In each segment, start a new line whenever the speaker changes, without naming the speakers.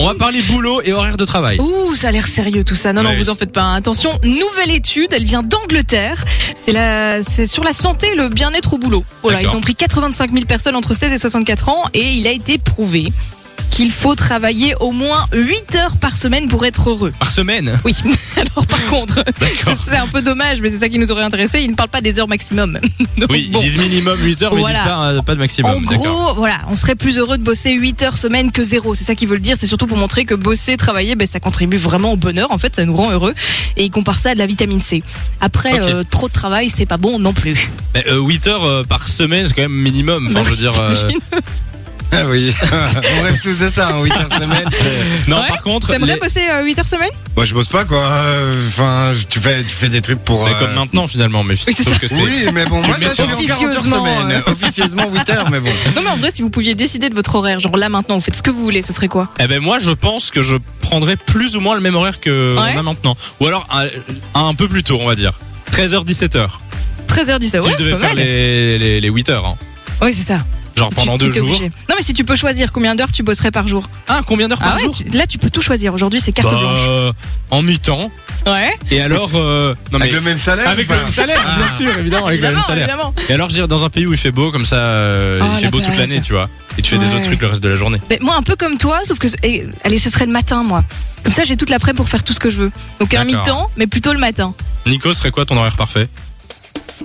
On va parler boulot et horaire de travail.
Ouh, ça a l'air sérieux tout ça. Non, non,
Ouais.
vous en faites pas. hein. Attention, nouvelle étude, elle vient d'Angleterre. C'est la, c'est sur la santé, et le bien-être au boulot. Voilà,
D'accord.
ils ont pris 85 000 personnes entre 16 et 64 ans et il a été prouvé qu'il faut travailler au moins 8 heures par semaine pour être heureux.
Par semaine.
Oui. Alors par contre,
D'accord.
c'est un peu dommage, mais c'est ça qui nous aurait intéressé. Ils ne parlent pas des heures maximum. Donc,
Oui,
bon.
ils disent minimum 8 heures, mais
Voilà.
ils disent pas, euh, pas de maximum.
En
d'accord.
gros, voilà, on serait plus heureux de bosser 8 heures semaine que zéro. C'est ça qu'ils veulent dire. C'est surtout pour montrer que bosser, travailler, ben, ça contribue vraiment au bonheur. En fait, ça nous rend heureux. Et ils comparent ça à de la vitamine C. Après,
Ok.
euh, trop de travail, c'est pas bon non plus.
Mais, euh, 8 heures euh, par semaine, c'est quand même minimum. Enfin,
Bah
je veux
oui,
dire. euh,
t'imagines.
Ah oui, on rêve tous de ça, hein, 8 heures semaine. c'est-
Non,
Ouais,
par contre.
T'aimerais
les-
bosser 8 heures semaine
Moi je bosse pas quoi. euh, Enfin, je- tu fais, tu fais des trucs pour.
C'est
euh,
comme maintenant finalement, mais
c'est
sauf
ça.
que c'est.
Oui, mais bon, moi
le mets hein.
là, je suis en 40 heures
officieusement,
semaine.
euh.
Officieusement 8 heures, mais bon.
Non, mais en vrai, si vous pouviez décider de votre horaire, genre là maintenant, vous faites ce que vous voulez, ce serait quoi
Eh ben moi, je pense que je prendrais plus ou moins le même horaire que
Ouais.
on a maintenant, ou alors un, un peu plus tôt, on va dire. 13h, 17h.
13h17,
si
ouais,
je
c'est
devais
pas
faire
mal.
les, les, les 8 heures, hein.
Oui, c'est ça.
genre pendant
Tu-
deux
tu t'es
jours.
obligé. Non, mais si tu peux choisir combien d'heures tu bosserais par jour.
Ah, combien d'heures
Ah
par
ouais,
jour
tu- là, tu peux tout choisir. Aujourd'hui, c'est carte
Bah,
blanche.
euh, En mi-temps.
Ouais,
Et alors, euh, non mais
Avec le même salaire
avec
ou
le
pas
même salaire, bien sûr, évidemment, avec le même
évidemment,
salaire.
évidemment.
Ah. Et alors, j'irai dans un pays où il fait beau, comme ça, euh,
Oh,
il fait
la
beau toute
base.
l'année, tu vois. Et tu fais des
Ouais.
autres trucs le reste de la journée.
Ben, moi, un peu comme toi, sauf que. eh, allez, ce serait le matin, moi. Comme ça, j'ai toute l'après pour faire tout ce que je veux. Donc, un
D'accord.
mi-temps, mais plutôt le matin.
Nico, serait quoi ton horaire parfait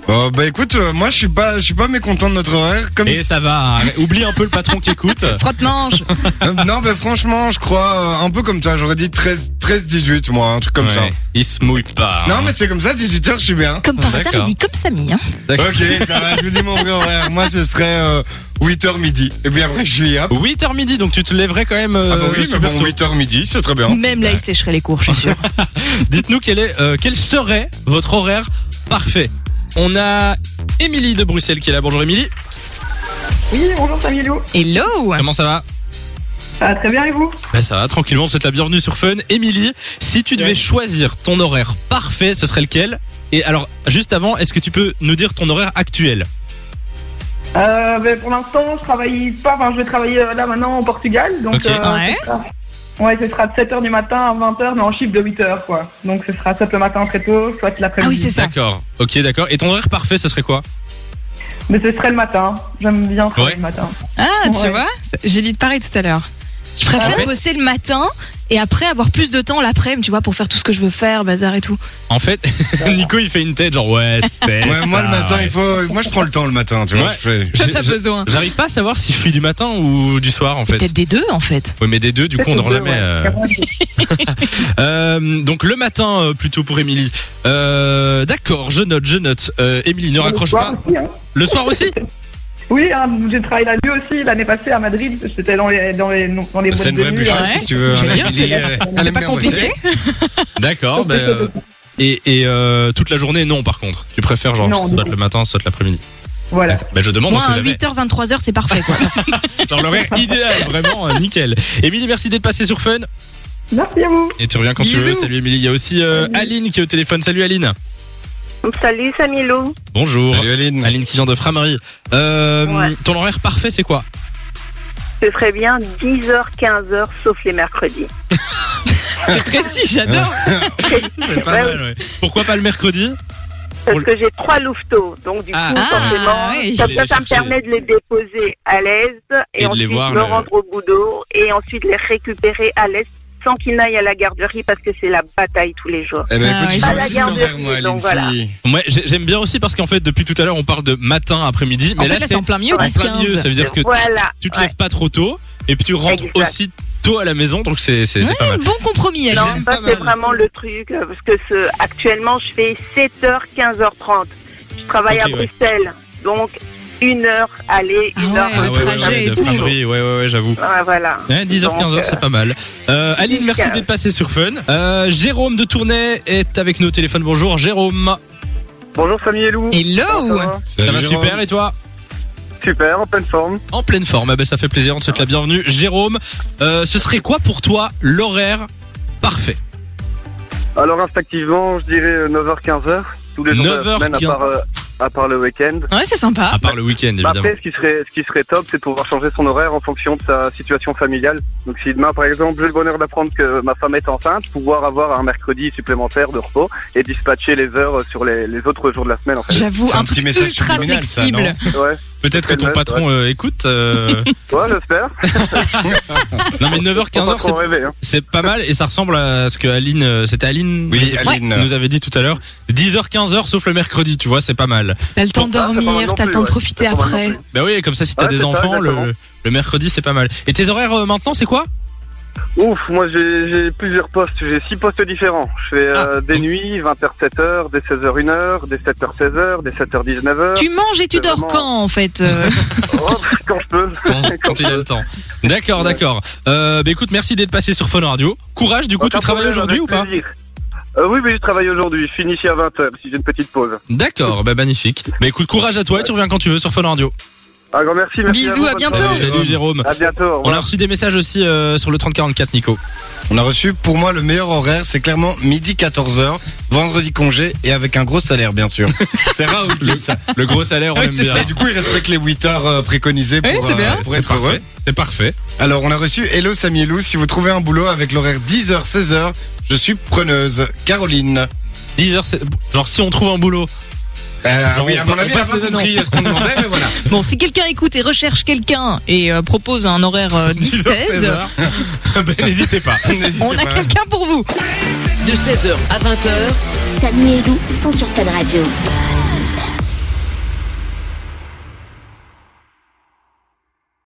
Oh, bah écoute, euh, moi je suis pas, je suis pas mécontent de notre horaire. Comme
Et ça va, arrête- oublie un peu le patron qui écoute.
Frotte-manche
Euh, non, mais franchement, je crois euh, un peu comme toi. J'aurais dit 13, 13, 18, moi, un truc comme
Ouais, Ah.
ça.
Il se mouille pas.
Non, mais c'est comme ça. 18 heures, je suis bien.
Comme par hasard, il
D'accord.
dit comme Samy. Hein.
D'accord.
Ok, ça va. Je vous dis mon vrai horaire. Moi, ce serait 8 h midi. Et puis après, je suis hop.
8h midi, donc tu te lèverais quand même.
Ah bah
euh,
oui, mais
super
bon,
tôt.
8 h midi, c'est très bien.
Même là, il sécherait les cours, je suis sûre.
Dites-nous quel, est, euh, quel serait votre horaire parfait. On a Émilie de Bruxelles qui est là. Bonjour Émilie.
Oui, bonjour Samy et Lou.
Hello
Comment ça va
Ça va très bien et vous
Bah ça va, tranquillement, vous êtes la bienvenue sur Fun. Émilie, si tu devais
Ouais.
choisir ton horaire parfait, ce serait lequel Et alors, juste avant, est-ce que tu peux nous dire ton horaire actuel
euh, ben, Pour l'instant, je travaille pas. Enfin, je vais travailler euh, là maintenant au Portugal. Donc,
Ok. ah
euh,
Ouais.
ce sera- ouais, ce sera de 7h du matin à 20h, mais en chiffre de 8h. quoi. Donc, ce sera soit le matin très tôt, soit
Ah oui,
l'après-midi.
c'est ça.
D'accord, ok, d'accord. Et ton horaire parfait, ce serait quoi
mais ce serait le matin. J'aime bien travailler
Ouais.
le matin.
Ah, tu
Ouais.
vois J'ai dit de pareil tout à l'heure. Je préfère
En fait-
bosser le matin et après avoir plus de temps l'après-midi, tu vois, pour faire tout ce que je veux faire, bazar et tout.
En fait, Nico, il fait une tête genre, ouais, c'est.
Ouais, moi,
ça,
le matin,
ouais.
il faut. Moi, je prends le temps le matin, tu vois.
Ouais.
je fais-
J'ai-
T'as
j'ai-
besoin.
J'arrive pas à savoir si je suis du matin ou du soir en fait.
Peut-être des deux, en fait.
Ouais, mais des deux, du coup, on dort
Ouais,
jamais.
ouais.
euh. Euh, donc le matin euh, plutôt pour Émilie. Euh, D'accord, je note, je note. Euh, Émilie, ne
Le
raccroche
soir
pas.
aussi, hein.
Le soir aussi
Oui, hein, j'ai travaillé la nuit aussi l'année passée à Madrid. J'étais dans les, dans les, dans les
C'est
boîtes
une
de
vraie
nuit,
bûche,
hein.
ouais.
si tu veux.
J'aime
Elle-
bien.
elle est- elle
C'est
aime
pas
bien bosser.
compliqué.
D'accord. ben, euh, et et euh, toute la journée, non par contre. Tu préfères genre
Non,
soit
non.
le matin, soit l'après-midi.
Voilà.
Ben, je demande, on
Moi,
sait
un
jamais.
8h, 23h, c'est parfait, quoi.
Genre l'horaire idéal, vraiment euh, nickel. Émilie, merci d'être passée sur Fun.
Merci à vous.
Et tu reviens quand tu veux.
Bisous.
Salut Émilie. Il y a aussi euh, Aline qui est au téléphone. Salut Aline.
Salut Samilou.
Bonjour.
Salut Aline.
Aline qui vient de Framerie. Euh,
Ouais.
Ton horaire parfait, c'est quoi
Ce serait bien 10h, 15h, sauf les mercredis.
c'est précis, j'adore.
C'est pas
Ouais.
mal, ouais. Pourquoi pas le mercredi Pour
Parce
le-
que j'ai trois louveteaux, donc du
Oh Ah.
coup,
Ah,
forcément,
oui.
comme
Les
ça, ça me
chercher.
permet de les déposer à l'aise et,
Et de les
ensuite
voir,
me
le-
rendre au boulot et ensuite les récupérer à l'aise sans qu'ils n'aillent à la garderie parce que c'est la bataille tous les jours.
Eh ben,
Ah,
écoute,
oui.
je
Pas
vois
la
juste
garde
horaire,
de
moi,
nuit, donc
Aline.
voilà.
si-
Ouais, j'ai- j'aime bien aussi parce qu'en fait, depuis tout à l'heure, on parle de matin, après-midi.
En
Mais
fait, là, c'est en plein milieu,
en plein milieu.
10-15.
Ça veut dire que
voilà.
tu te
Ouais.
lèves pas trop tôt et puis tu rentres
Exact.
aussi tôt à la maison, donc c'est c'est- c'est
Ouais,
pas mal.
bon compromis, elle.
Non,
Eh, J'aime
ça
pas
c'est
mal.
vraiment le truc, euh, parce que ce, actuellement je fais 7h, 15h30. Je travaille
Ok,
à
ouais.
Bruxelles, donc une heure aller,
Ah
une
ouais,
heure
le
retour.
trajet et
de
tout.
Framerie, ouais, ouais, ouais, j'avoue.
Ouais, voilà.
Ouais, 10h,
Donc,
15h, c'est pas mal. Euh, Aline, merci
15.
d'être passée sur Fun. Euh, Jérôme de Tournai est avec nous au téléphone. Bonjour, Jérôme.
Bonjour Samy et Lou.
Hello
Ça va
ça
Salut,
va
Jérôme.
super et toi
Super, en pleine forme.
En pleine forme. Ah ben, ça fait plaisir. On te souhaite la bienvenue, Jérôme. euh, ce serait quoi pour toi l'horaire parfait
Alors instinctivement, je dirais euh, 9h-15h. Tous les jours de la
9h15.
semaine, à part, euh, à à part le week-end.
Ouais, c'est sympa.
À part le week-end,
Bah,
évidemment.
après, ce qui serait, ce qui serait top, c'est de pouvoir changer son horaire en fonction de sa situation familiale. Donc, si demain, par exemple, j'ai le bonheur d'apprendre que ma femme est enceinte, pouvoir avoir un mercredi supplémentaire de repos et dispatcher les heures sur les, les autres jours de la semaine, en fait.
J'avoue,
Euh, C'est
un,
un petit
truc
message
ultra
subliminal, ça, non
flexible.
Ouais,
Peut-être que ton
Ouais.
patron euh, écoute. euh,
ouais, j'espère.
Non mais 9h,
Faut pas
15h, c'est
trop rêver, hein.
C'est pas mal et ça ressemble à ce que Aline, euh, c'était Aline,
Oui,
je sais plus,
Aline.
qui nous avait dit tout à l'heure. 10h, 15h, sauf le mercredi, tu vois, c'est pas mal.
T'as le temps de
Ah, c'est pas mal
dormir,
non
t'as le
plus,
temps de
ouais.
profiter
C'est pas mal non
après.
plus.
Bah oui, comme ça, si t'as
Ouais,
des
c'est ça,
enfants,
exactement.
le, le mercredi, c'est pas mal. Et tes horaires euh, maintenant, c'est quoi
Ouf, moi j'ai j'ai plusieurs postes, j'ai six postes différents. Je fais
Ah.
euh, des nuits, 20h 7h, des 16h 1h, des 7h 16h, des 7h 19h.
Tu manges et tu
C'est
dors
vraiment-
quand en fait euh
Oh, quand je peux.
quand, quand il a le temps. D'accord,
Ouais.
d'accord. Euh, bah écoute, merci d'être passé sur Phone Radio. Courage, du coup, tu
Aucun
travailles
problème,
aujourd'hui ou
avec
pas
plaisir. Euh, Oui, mais je travaille aujourd'hui. Je finis ici à 20h euh, si j'ai une petite pause.
D'accord, bah magnifique. Bah écoute, courage à toi et tu reviens quand tu veux sur Phone Radio.
Un grand merci. merci
Bisous,
à, vous,
à
bonne
bientôt.
soirée.
Salut Jérôme.
À bientôt. au
On a
revoir.
reçu des messages aussi euh, sur le 3044, Nico.
On a reçu, pour moi, le meilleur horaire, c'est clairement midi 14h, vendredi congé et avec un gros salaire, bien sûr. c'est rare où
Le, le gros salaire, on
Ouais,
aime
c'est
bien.
Et du coup, il respecte les 8 heures euh, préconisées pour,
Oui, c'est
euh,
bien.
pour
C'est
être heureux.
parfait. C'est parfait.
Alors, on a reçu Hello Samielou. Si vous trouvez un boulot avec l'horaire 10h, 16h, je suis preneuse. Caroline.
10h, genre si on trouve un boulot.
Euh,
Genre,
oui,
on-
à mon
on
avis, elle
passe
a pas
les
compris euh, ce qu'on demandait, mais voilà.
Bon, si quelqu'un écoute et recherche quelqu'un et euh, propose un horaire euh, 10-16,
10h, 16h. ben, n'hésitez pas.
on a quelqu'un pour vous.
Samy et Lou sont sur Fun Radio.